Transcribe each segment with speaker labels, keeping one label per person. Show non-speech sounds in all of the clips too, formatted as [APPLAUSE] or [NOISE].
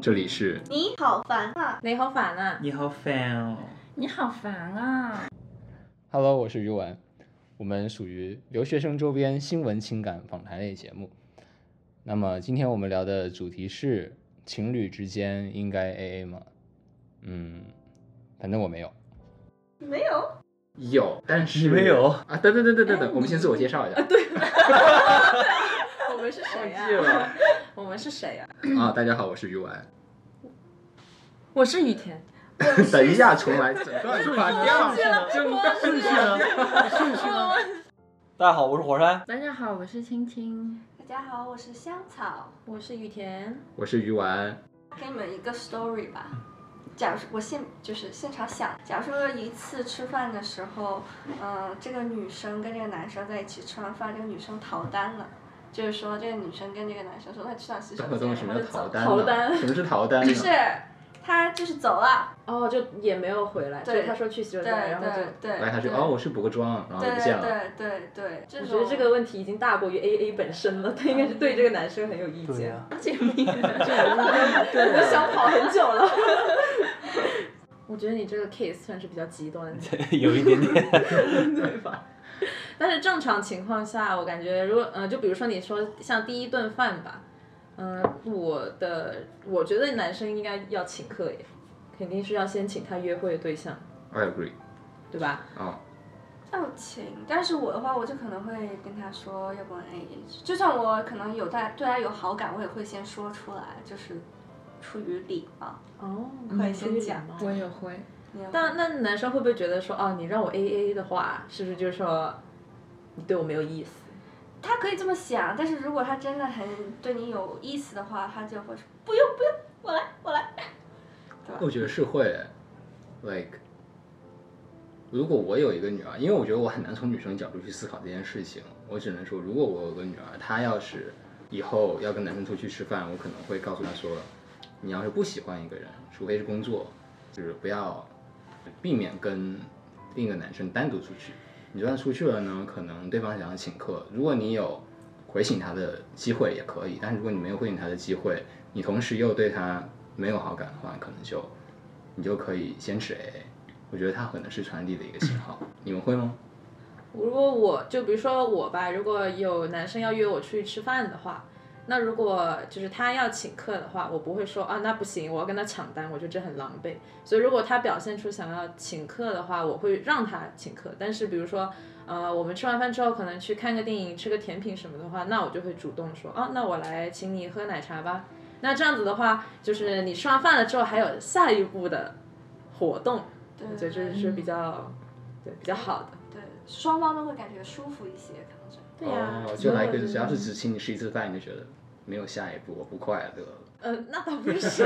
Speaker 1: 这里是
Speaker 2: 你好烦啊！
Speaker 3: 你好烦啊！
Speaker 4: 你好烦哦！
Speaker 3: 你好烦啊！
Speaker 5: Hello，我是于文，我们属于留学生周边新闻情感访谈类节目。那么今天我们聊的主题是情侣之间应该 A A 吗？嗯，反正我没有。
Speaker 2: 没有，
Speaker 1: 有，但是
Speaker 4: 没有
Speaker 1: 啊？等等等等等等，我们先自我介绍一下。对，
Speaker 3: 啊我们是谁
Speaker 1: 忘记了
Speaker 3: 啊？我们是谁啊？
Speaker 1: 啊，大家好，我是鱼丸。
Speaker 3: 我是雨田。
Speaker 1: 等一下，重来，整段就把掉了，整段
Speaker 4: 顺序呢？顺序
Speaker 3: 哦
Speaker 4: 呢？大家好，我是火山。
Speaker 6: 大家好，我是青青。
Speaker 2: 大家好，我是香草，
Speaker 3: 我是雨田。
Speaker 1: 我是鱼丸，
Speaker 2: 给你们一个 story 吧。假如我现就是现场想，假如说一次吃饭的时候，嗯、这个女生跟这个男生在一起吃完饭，这个女生逃单了，就是说这个女生跟这个男生说，那去趟洗手
Speaker 1: 等会儿等会儿，什
Speaker 2: 间，
Speaker 1: 么
Speaker 2: 然后
Speaker 1: 叫
Speaker 2: 就
Speaker 1: 逃
Speaker 2: 走，
Speaker 1: 单？
Speaker 3: 逃单
Speaker 1: 什么是逃单呢？
Speaker 2: 就是他就是走了，
Speaker 3: 哦，就也没有回来，
Speaker 2: 对
Speaker 3: 所以他说去洗手
Speaker 2: 对
Speaker 3: 间，然后就
Speaker 2: 对。对，
Speaker 1: 来，他说
Speaker 2: 对
Speaker 1: 哦，我去补个妆，然后就
Speaker 2: 对
Speaker 1: 不见了。
Speaker 2: 对对对，这
Speaker 3: 我
Speaker 2: 种
Speaker 3: 觉得这个问题已经大过于 A A 本身了，他应该是对这个男生很有意
Speaker 4: 对
Speaker 3: 见
Speaker 4: 呀。
Speaker 3: 啊 [LAUGHS] 这个名字，我 [LAUGHS] 都想跑很久了。 [LAUGHS] 我觉得你这个 case 算是比较极端的。
Speaker 4: 有一点点。
Speaker 3: 对吧？但是正常情况下，我感觉如果呃，就比如说你说像第一顿饭吧，嗯、我的我觉得男生应该要请客耶，肯定是要先请他约会的对象，
Speaker 1: I agree。
Speaker 3: 对吧？
Speaker 1: 啊，
Speaker 2: 要请，但是我的话，我就可能会跟他说，要不然 A A 制。就算我可能有他对他有好感，我也会先说出来，就是出于礼貌。
Speaker 3: 哦，
Speaker 2: 可以先讲
Speaker 3: 吗？
Speaker 6: 我也会，
Speaker 2: 你要
Speaker 3: 但那男生会不会觉得说，哦，你让我 A A 的话，是不是就是说你对我没有意思？
Speaker 2: 他可以这么想，但是如果他真的很对你有意思的话，他就会说不用不用，我来我来。
Speaker 1: 我觉得是会，like，如果我有一个女儿，因为我觉得我很难从女生角度去思考这件事情，我只能说，如果我有个女儿，她要是以后要跟男生出去吃饭，我可能会告诉她说，你要是不喜欢一个人，除非是工作，就是不要避免跟另一个男生单独出去。你就算出去了呢，可能对方想要请客，如果你有回请他的机会也可以，但如果你没有回请他的机会，你同时又对他没有好感的话，可能就你就可以先吃 AA。我觉得他可能是传递的一个信号，你们会吗？
Speaker 3: 如果我就比如说我吧，如果有男生要约我出去吃饭的话，那如果就是他要请客的话，我不会说啊那不行，我要跟他抢单，我就真很狼狈。所以如果他表现出想要请客的话，我会让他请客。但是比如说呃我们吃完饭之后可能去看个电影、吃个甜品什么的话，那我就会主动说啊那我来请你喝奶茶吧。那这样子的话，就是你吃完饭了之后还有下一步的活动，
Speaker 2: 对
Speaker 3: 我
Speaker 2: 对
Speaker 3: 觉得这
Speaker 2: 对
Speaker 3: 是比较对比较好的。
Speaker 2: 对，双方都会感觉舒服一些，可能就。
Speaker 3: 对呀
Speaker 1: 哦，就来一个，
Speaker 3: 嗯
Speaker 1: 只要是只请你吃一次饭，你就觉得没有下一步，我不快乐了。
Speaker 3: 呃，那倒不
Speaker 1: [LAUGHS]
Speaker 3: 是，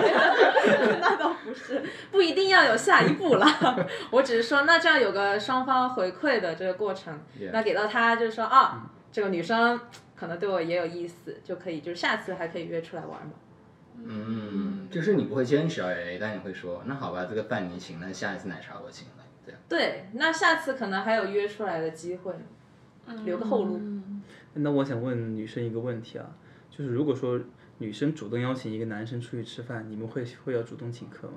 Speaker 3: 那倒不是，不一定要有下一步啦。 [LAUGHS] 我只是说，那这样有个双方回馈的这个过程
Speaker 1: Yeah
Speaker 3: 那给到他就是说，啊、这个女生可能对我也有意思，就可以，就是下次还可以约出来玩嘛。
Speaker 1: 嗯，就是你不会坚持要 AA，但你会说，那好吧，这个饭你请，那下一次奶茶我请了，这样。
Speaker 3: 对，那下次可能还有约出来的机会，留个后路。
Speaker 7: 嗯
Speaker 6: 嗯
Speaker 4: 那我想问女生一个问题啊，就是如果说女生主动邀请一个男生出去吃饭，你们会会要主动请客吗？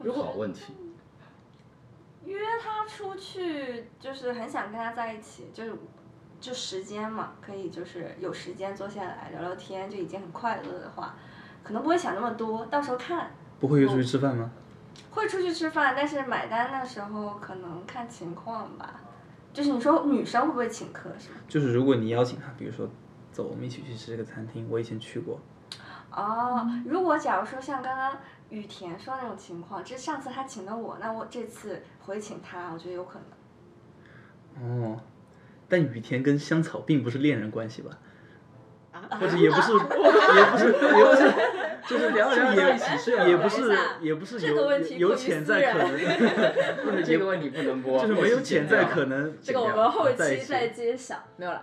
Speaker 1: 如果好问题，
Speaker 2: 约他出去，就是很想跟他在一起，就是就时间嘛，可以就是有时间坐下来聊聊天，就已经很快乐的话，可能不会想那么多，到时候看。
Speaker 4: 不会约出去吃饭吗？
Speaker 2: 会出去吃饭，但是买单的时候可能看情况吧。就是你说女生会不会请客是吗？
Speaker 4: 就是如果你邀请他，比如说走，我们一起去吃这个餐厅，我以前去过，
Speaker 2: 哦，如果假如说像刚刚雨田说的那种情况，这上次他请的我，那我这次回请他，我觉得有可能。
Speaker 4: 哦，但雨田跟香草并不是恋人关系吧？
Speaker 3: 啊
Speaker 4: 或者也不是，也不是，也
Speaker 3: [LAUGHS]
Speaker 4: 不是，就是聊聊
Speaker 1: 到
Speaker 4: 也
Speaker 1: 一起睡了
Speaker 4: 也不
Speaker 3: 等一
Speaker 4: 是
Speaker 3: 下，
Speaker 4: 也不是
Speaker 3: 这个
Speaker 4: 有
Speaker 3: 问题
Speaker 4: 有
Speaker 3: 过于
Speaker 4: 潜
Speaker 3: 私
Speaker 4: 在可
Speaker 3: 人
Speaker 4: 能，不
Speaker 1: [LAUGHS]
Speaker 4: 是
Speaker 1: 这
Speaker 4: 也
Speaker 1: 个问题不能播，
Speaker 4: 就是没有潜在可能。
Speaker 3: [LAUGHS] 这个我们后
Speaker 4: 在一
Speaker 3: 期
Speaker 4: 起
Speaker 3: 再揭晓，没有了。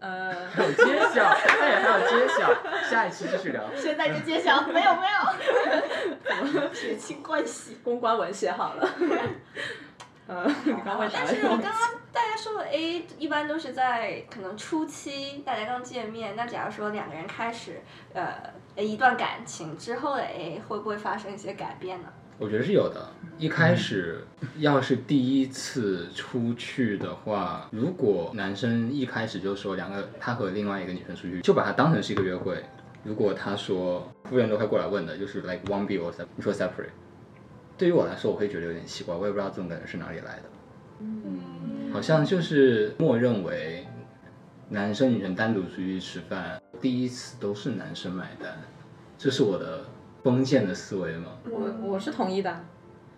Speaker 3: 呃，
Speaker 1: 还有 [LAUGHS] 揭晓，那也还有揭晓，下一期继续聊。
Speaker 2: 现在就揭晓，没有没有，
Speaker 3: [LAUGHS]
Speaker 2: 撇清关系。 [LAUGHS]
Speaker 3: 公关文写好了。呃，你刚问啥
Speaker 2: 但
Speaker 3: 来
Speaker 2: 是
Speaker 3: 着
Speaker 2: 我？刚刚大家说的 A 一般都是在可能初期大家刚见面，那假如说两个人开始呃一段感情之后的 A 会不会发生一些改变呢？
Speaker 1: 我觉得是有的。一开始，要是第一次出去的话，如果男生一开始就说两个他和另外一个女生出去，就把它当成是一个约会。如果他说，服务员都会过来问的，就是 like one be or sep- 你说 separate。对于我来说，我会觉得有点奇怪，我也不知道这种感觉是哪里来的，好像就是默认为男生女生单独出去吃饭，第一次都是男生买单，这是我的封建的思维吗？
Speaker 3: 我我是同意的，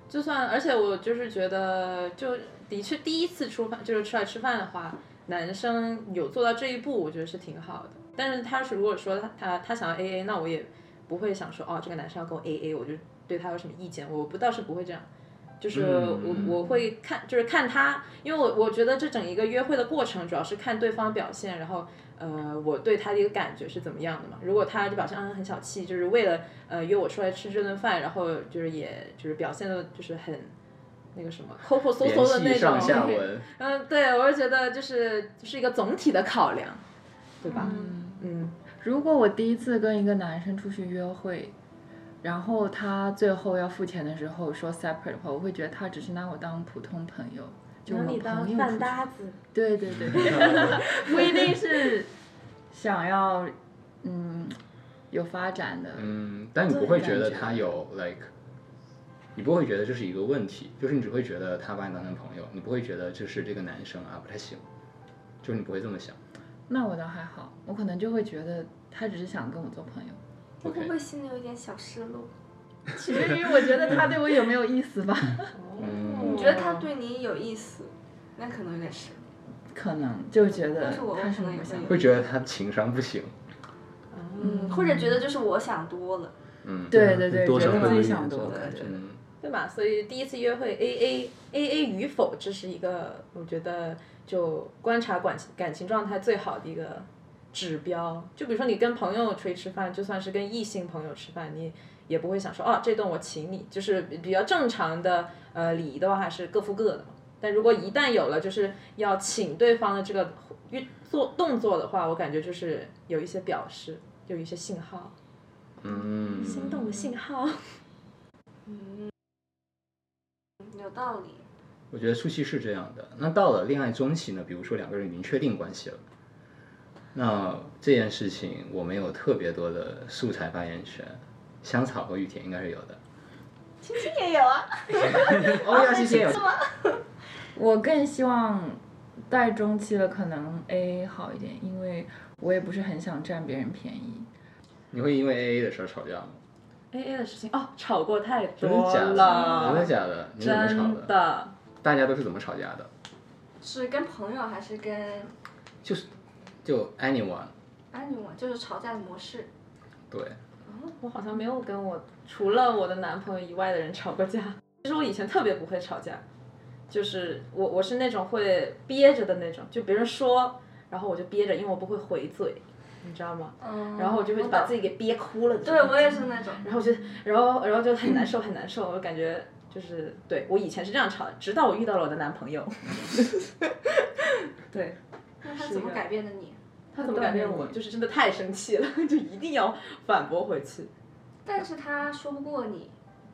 Speaker 3: 就算而且我就是觉得，就的确第一次出饭就是出来吃饭的话，男生有做到这一步，我觉得是挺好的。但是他是如果说他他他想要 A A，那我也不会想说哦，这个男生要跟我 A A，我就对他有什么意见，我不倒是不会这样。就是我
Speaker 1: 嗯
Speaker 3: 我会看，就是看他，因为我我觉得这整一个约会的过程主要是看对方表现，然后呃我对他的一个感觉是怎么样的嘛。如果他就表现嗯很小气，就是为了呃约我出来吃这顿饭，然后就是也就是表现的就是很那个什么抠抠搜搜的那
Speaker 1: 联系上下
Speaker 3: 种，
Speaker 1: 文，
Speaker 3: 嗯，对我就觉得就是就是一个总体的考量，对吧？嗯，
Speaker 6: 如果我第一次跟一个男生出去约会，然后他最后要付钱的时候说 separate 的话，我会觉得他只是拿我当普通朋友，就我
Speaker 3: 拿
Speaker 6: 们
Speaker 3: 你当
Speaker 6: 朋友
Speaker 3: 饭
Speaker 6: 出去
Speaker 3: 搭子，
Speaker 6: 对对 [LAUGHS] 对，不一定是想要嗯有发展的。
Speaker 1: 嗯，但你不会觉得他有 like，你不会觉得这是一个问题，就是你只会觉得他把你当成朋友，你不会觉得就是这个男生啊不太行，就是你不会这么想。
Speaker 6: 那我倒还好，我可能就会觉得他只是想跟我做朋友，
Speaker 2: 那
Speaker 1: OK
Speaker 2: 会不会心里有一点小失落？
Speaker 6: 取决 [LAUGHS] 于我觉得他对我有没有意思吧。
Speaker 3: 哦
Speaker 6: 嗯
Speaker 2: 你觉得他对你有意思，那可能有点失落。
Speaker 6: 可能就觉得
Speaker 2: 但是我
Speaker 6: 他是
Speaker 2: 可能
Speaker 6: 没
Speaker 2: 也
Speaker 6: 有想
Speaker 2: 会
Speaker 1: 会觉得他情商不行，
Speaker 3: 哦
Speaker 2: 嗯，或者觉得就是我想多了。
Speaker 1: 嗯，
Speaker 6: 对对对，
Speaker 4: 啊多
Speaker 6: 觉
Speaker 4: 少
Speaker 6: 得
Speaker 4: 会
Speaker 6: 自
Speaker 4: 有
Speaker 6: 己
Speaker 4: 一
Speaker 6: 想
Speaker 4: 点
Speaker 6: 多
Speaker 4: 这种
Speaker 6: 了，
Speaker 4: 感觉
Speaker 6: 对
Speaker 1: 嗯，
Speaker 3: 对吧？所以第一次约会 A A A A 与否，这是一个我觉得就观察感情感情状态最好的一个指标。就比如说你跟朋友出去吃饭，就算是跟异性朋友吃饭，你也不会想说哦这顿我请你，就是比比较正常的呃礼仪的话，还是各付各的嘛。但如果一旦有了就是要请对方的这个运做动作的话，我感觉就是有一些表示，有一些信号，
Speaker 1: 嗯，
Speaker 3: 心动的信号。
Speaker 2: 嗯，有道 [LAUGHS] 理。
Speaker 1: 我觉得初期是这样的。那到了恋爱中期呢，比如说两个人已经确定关系了，那这件事情我没有特别多的素材发言权，香草和雨田应该是有的。
Speaker 2: 青青也有啊，
Speaker 1: 哦呀，谢谢。
Speaker 6: 我更希望在中期了，可能 A 好一点，因为我也不是很想占别人便宜。
Speaker 1: 你会因为 A A 的事儿吵架吗？
Speaker 3: A A 的事情哦，吵过太多
Speaker 1: 真的假的？
Speaker 3: 了，
Speaker 1: 真的假的？你怎么吵
Speaker 3: 真
Speaker 1: 的？
Speaker 3: 的
Speaker 1: 大家都是怎么吵架的？
Speaker 2: 是跟朋友还是跟
Speaker 1: 就是就 anyone
Speaker 2: 安女王？就是吵架的模式。
Speaker 1: 对，
Speaker 3: 我好像没有跟我除了我的男朋友以外的人吵过架。其实我以前特别不会吵架，就是我我是那种会憋着的那种，就别人说，然后我就憋着，因为我不会回嘴，你知道吗？
Speaker 2: 嗯
Speaker 3: 然后我就会把自
Speaker 2: 己。
Speaker 3: 己给憋哭了。
Speaker 2: 对，我也是那种。
Speaker 3: 然后我就，然后然后就很难受，很难受，我感觉就是对我以前是这样吵的，直到我遇到了我的男朋友。 [LAUGHS] 对，
Speaker 2: 那他怎么改变的你？
Speaker 3: 他怎么改变我？就是真的太生气了， [LAUGHS] 就一定要反驳回去。
Speaker 2: 但是他说不过你，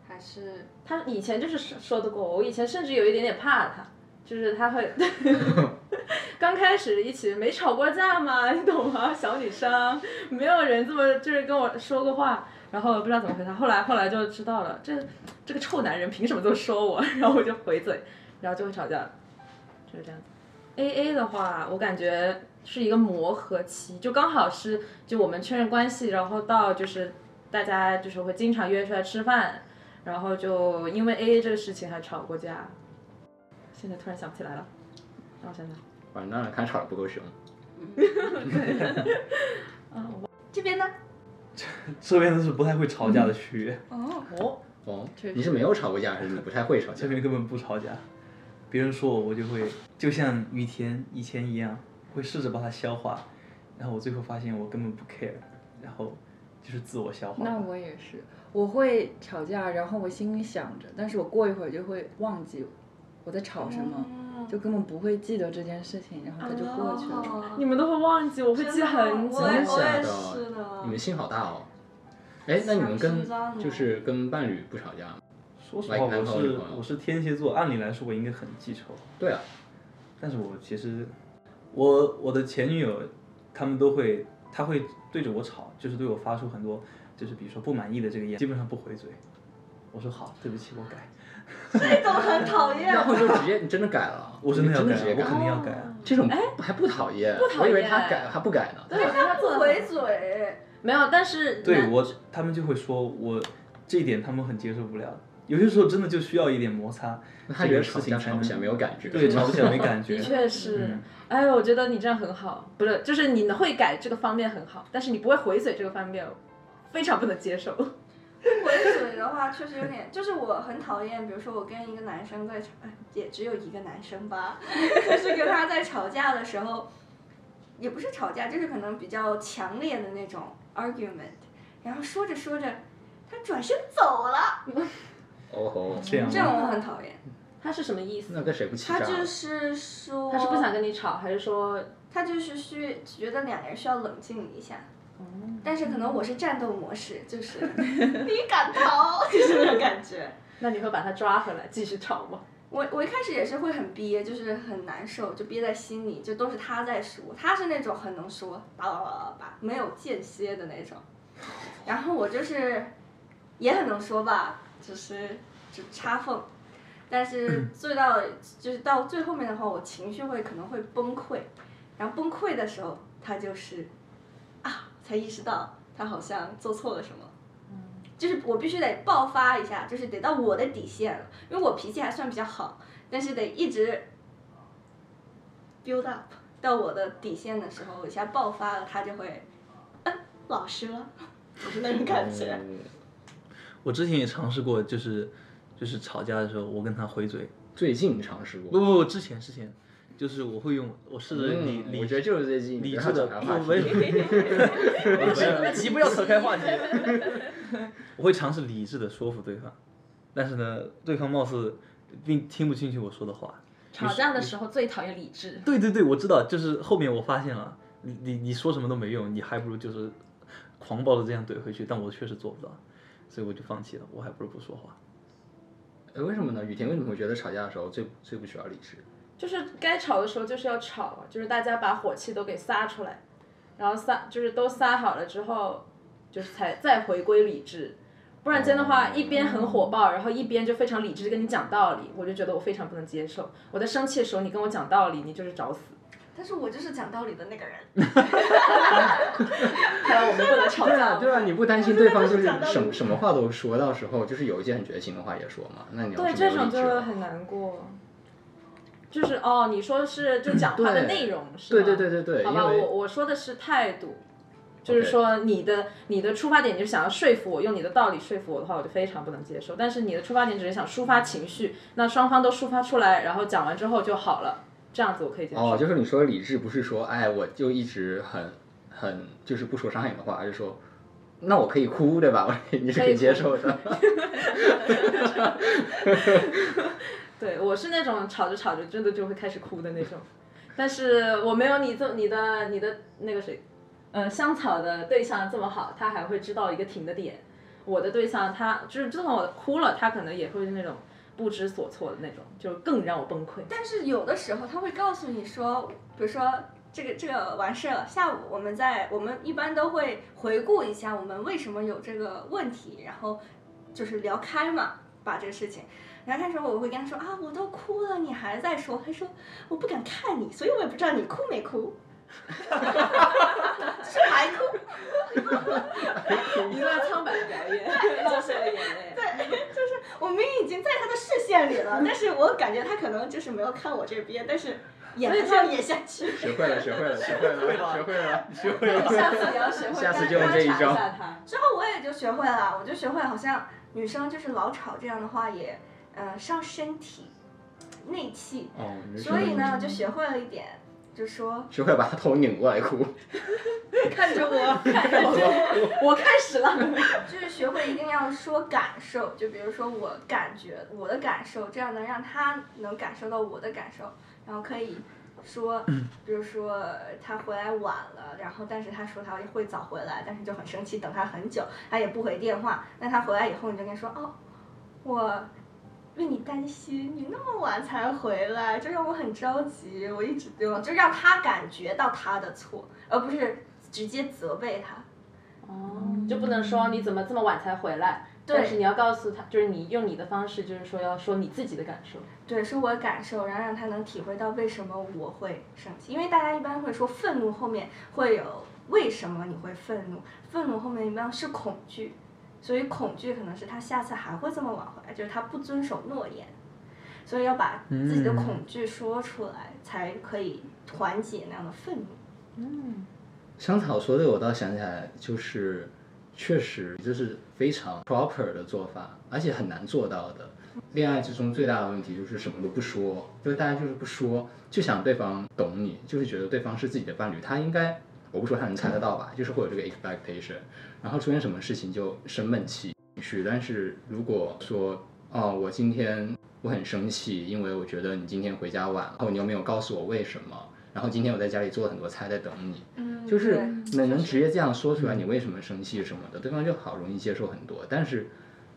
Speaker 2: 还是
Speaker 3: 他以前就是说得过我，我以前甚至有一点点怕他，就是他会，刚开始一起没吵过架嘛，你懂吗？ [LAUGHS] 小女生，没有人这么就是跟我说过话，然后不知道怎么回他，后来后来就知道了，这这个臭男人凭什么这么说我？ [LAUGHS] 然后我就回嘴，然后就会吵架了，就是这样子。A A 的话，我感觉是一个磨合期，就刚好是就我们确认关系，然后到就是大家就是会经常约出来吃饭，然后就因为 A A 这个事情还吵过架，现在突然想不起来了，让我想想，
Speaker 1: 反正看吵得不够凶。
Speaker 2: 这边呢？
Speaker 4: 这边都是不太会吵架的区域，
Speaker 3: 哦，
Speaker 1: 哦，
Speaker 6: 确实
Speaker 1: 你是没有吵过架，还是你不太会吵架
Speaker 4: [LAUGHS] 这？边根本不吵架。别人说我，我就会就像于田以前一样，会试着把它消化，然后我最后发现我根本不 care，然后就是自我消化。
Speaker 6: 那我也是，我会
Speaker 4: 哦
Speaker 2: 嗯
Speaker 6: 吵架，然后我心里想着，但是我过一会儿就会忘记我在吵什么，就根本不会记得这件事情，然后他就过去了。
Speaker 2: 哦
Speaker 3: 你们都会忘记，我会记很久。
Speaker 2: 我也我
Speaker 1: 吓
Speaker 2: 也
Speaker 1: 到
Speaker 2: 是的
Speaker 1: 你们心好大哦。哎，那你们
Speaker 2: 想
Speaker 1: 跟
Speaker 2: 知道呢
Speaker 1: 就是跟伴侣不吵架吗？
Speaker 4: 说实
Speaker 1: 来
Speaker 4: 话，
Speaker 1: 南
Speaker 4: 我
Speaker 1: 方的
Speaker 4: 是
Speaker 1: 朋友
Speaker 4: 我是天蝎座，按理来说我应该很记仇，
Speaker 1: 对啊，
Speaker 4: 但是我其实我我的前女友他们都会，她会对着我吵，就是对我发出很多就是比如说不满意的这个言，基本上不回嘴。我说好，对不起，我改，
Speaker 2: [LAUGHS] 这种很讨厌。
Speaker 1: 然后就直接你真的改了，
Speaker 4: [LAUGHS] 我真的要
Speaker 1: 你
Speaker 4: 改
Speaker 1: 真的哦直接
Speaker 4: 啊，我
Speaker 1: 改
Speaker 4: 肯
Speaker 1: 了。
Speaker 4: 定要改啊。
Speaker 1: 这种还不讨厌，
Speaker 3: 不讨厌
Speaker 1: 我以为他改他不改呢。
Speaker 3: 对，
Speaker 2: 他
Speaker 3: 他
Speaker 2: 不
Speaker 3: 做
Speaker 2: 回嘴，
Speaker 3: 没有，但是
Speaker 4: 对
Speaker 3: 男
Speaker 4: 我，他们就会说我这一点他们很接受不了，有些时候真的就需要一点摩擦，
Speaker 1: 他
Speaker 4: 这
Speaker 1: 觉
Speaker 4: 个
Speaker 1: 得
Speaker 4: 事
Speaker 1: 吵
Speaker 4: 情
Speaker 1: 架
Speaker 4: 才
Speaker 1: 吵
Speaker 4: 能
Speaker 1: 不起来没有感觉，
Speaker 4: 对，
Speaker 1: 是吗
Speaker 4: 吵不起来没感觉
Speaker 3: 的。确 [LAUGHS] 是
Speaker 4: 嗯，
Speaker 3: 哎，我觉得你这样很好，不是，就是你会改这个方面很好，但是你不会回嘴这个方面，非常不能接受。
Speaker 2: 回嘴的话确实有点， [LAUGHS] 就是我很讨厌，比如说我跟一个男生在吵，哎也只有一个男生吧， [LAUGHS] 就是跟他在吵架的时候，也不是吵架，就是可能比较强烈的那种 argument，然后说着说着，他转身走了，
Speaker 1: [LAUGHS] 哦吼，
Speaker 4: 这样吗
Speaker 2: 这种我很讨厌。
Speaker 3: 他是什么意思？
Speaker 1: 那跟谁不气
Speaker 2: 他
Speaker 1: 炸了？啊
Speaker 2: 就是说，
Speaker 3: 他是不想跟你吵，还是说
Speaker 2: 他就是需觉得两个人需要冷静一下。但是可能我是战斗模式，就是 [LAUGHS] 你敢逃， [LAUGHS] 就是那种感觉。
Speaker 3: 那你会把他抓回来继续吵吗？
Speaker 2: 我我一开始也是会很憋，就是很难受，就憋在心里，就都是他在说，他是那种很能说，叭叭叭叭叭，没有间歇的那种。然后我就是也很能说吧，就是就插缝，但是最到就是到最后面的话，我情绪会可能会崩溃，然后崩溃的时候，他就是啊，才意识到他好像做错了什么。就是我必须得爆发一下，就是得到我的底线了，因为我脾气还算比较好，但是得一直 build up 到我的底线的时候，我一下爆发了，他就会，啊老实了，就是那种感觉。
Speaker 1: 嗯
Speaker 4: 我之前也尝试过，就是就是吵架的时候，我跟他回嘴，
Speaker 1: 最近尝试
Speaker 4: 不
Speaker 1: 过，
Speaker 4: 不不，之前之前，就是我会用，我试着理
Speaker 1: 嗯，
Speaker 4: 理，
Speaker 1: 我觉得就是最近
Speaker 4: 理
Speaker 1: 不要
Speaker 4: 智的，
Speaker 1: 讲他话
Speaker 4: 不没有，
Speaker 1: 题
Speaker 4: [LAUGHS] 我急不要扯开话题， [LAUGHS] 我会尝试理智的说服对方，但是呢，对方貌似并听不进去我说的话。
Speaker 3: 吵架的时候最讨厌理智，
Speaker 4: 对对对，我知道，就是后面我发现了，你你你说什么都没用，你还不如就是狂暴的这样怼回去，但我确实做不到，所以我就放弃了，我还不如不说话。
Speaker 1: 哎，为什么呢？雨田为什么会觉得吵架的时候最最不需要理智？
Speaker 3: 就是该吵的时候就是要吵啊，就是大家把火气都给撒出来，然后撒就是都撒好了之后，就是才再回归理智。不然真的
Speaker 1: 哦
Speaker 3: 话，一边很火爆，然后一边就非常理智地跟你讲道理，我就觉得我非常不能接受。我在生气的时候，你跟我讲道理，你就是找死。
Speaker 2: 但是我就是讲道理的那个人，
Speaker 3: 看来我们不能吵
Speaker 1: 对啊，
Speaker 3: 架。
Speaker 1: 对啊，你不担心对方就是
Speaker 2: 我真的不想
Speaker 1: 什
Speaker 2: 当
Speaker 1: 么什么话都说，到时候就是有一些很绝情的话也说嘛？那你要
Speaker 3: 对，
Speaker 1: 是
Speaker 3: 这
Speaker 1: 没有
Speaker 3: 种
Speaker 1: 理智
Speaker 3: 就
Speaker 1: 的
Speaker 3: 会
Speaker 1: 话
Speaker 3: 很难过。就是哦，你说是就讲话的
Speaker 1: 嗯对
Speaker 3: 内容是
Speaker 1: 对
Speaker 3: 吗？
Speaker 1: 对对对对，
Speaker 3: 好
Speaker 1: 因
Speaker 3: 吧，我
Speaker 1: 为
Speaker 3: 我说的是态度，就是
Speaker 1: OK
Speaker 3: 说你的你的出发点就是想要说服我，用你的道理说服我的话，我就非常不能接受。但是你的出发点只是想抒发情绪，那双方都抒发出来，然后讲完之后就好了，这样子我可以接受。
Speaker 1: 哦，就是你说的理智不是说哎，我就一直很很就是不说伤害你的话，而是说。那我可以哭，对吧？我你是可以接受的。
Speaker 3: 对我是那种吵着吵着真的就会开始哭的那种，但是我没有你这你的你的那个谁，呃，香草的对象这么好，他还会知道一个停的点。我的对象他就是，就算我哭了，他可能也会是那种不知所措的那种，就更让我崩溃。
Speaker 2: 但是有的时候他会告诉你说，比如说这个这个完事了，下午我们在我们一般都会回顾一下我们为什么有这个问题，然后就是聊开嘛，把这个事情。聊开的时候，我会跟他说啊，我都哭了，你还在说。他说我不敢看你，所以我也不知道你哭没哭。 [LAUGHS] 就是白哭，
Speaker 3: 一段苍白的表演， [LAUGHS] 露出了眼泪。
Speaker 2: 我明明已经在他的视线里了，但是我感觉他可能就是没有看我这边，但是演还是要演下去。
Speaker 1: 学会了，学会了，学会了，学会了，学会了。
Speaker 3: 下次你要学会
Speaker 1: 下次
Speaker 3: 观
Speaker 1: 就用
Speaker 3: 观察
Speaker 1: 这一
Speaker 3: 一 [LAUGHS]
Speaker 1: 招
Speaker 3: 下他。
Speaker 2: 之后我也就学会了，我就学会好像女生就是老吵这样的话也，嗯、伤身体、内气，
Speaker 1: 哦，你是
Speaker 2: 所以呢，我就学会了一点，就说
Speaker 1: 学会把他头拧过来哭。
Speaker 3: 看着我，看着
Speaker 1: [LAUGHS]
Speaker 3: 我，我开始了。
Speaker 2: 就是学会一定要说感受，就比如说我感觉我的感受，这样能让他能感受到我的感受，然后可以说，比如说他回来晚了，然后但是他说他会早回来，但是就很生气，等他很久，他也不回电话。那他回来以后，你就跟他说哦，我为你担心，你那么晚才回来，这让我很着急，我一直就就让他感觉到他的错，而不是直接责备他。
Speaker 3: 哦，就不能说你怎么这么晚才回来，但是你要告诉他，就是你用你的方式，就是说要说你自己的感受。
Speaker 2: 对，是我的感受，然后让他能体会到为什么我会生气。因为大家一般会说愤怒后面会有为什么你会愤怒，愤怒后面一般是恐惧，所以恐惧可能是他下次还会这么晚回来，就是他不遵守诺言，所以要把自
Speaker 1: 嗯
Speaker 2: 己的恐惧说出来，才可以缓解那样的愤怒。
Speaker 3: 嗯，
Speaker 1: 香草说的，我倒想起来，就是确实这是非常 proper 的做法，而且很难做到的。恋爱之中最大的问题就是什么都不说，就是大家就是不说，就想对方懂你，就是觉得对方是自己的伴侣，他应该，我不说他能猜得到吧，就是会有这个 expectation，然后出现什么事情就生闷气情绪。但是如果说，哦，我今天我很生气，因为我觉得你今天回家晚，然后你又没有告诉我为什么，然后今天我在家里做了很多菜在等你，
Speaker 2: 嗯
Speaker 1: 就是能能直
Speaker 2: 接。
Speaker 1: 接这样说出来你为什么生气什么的，对方就好容易接受很多，但是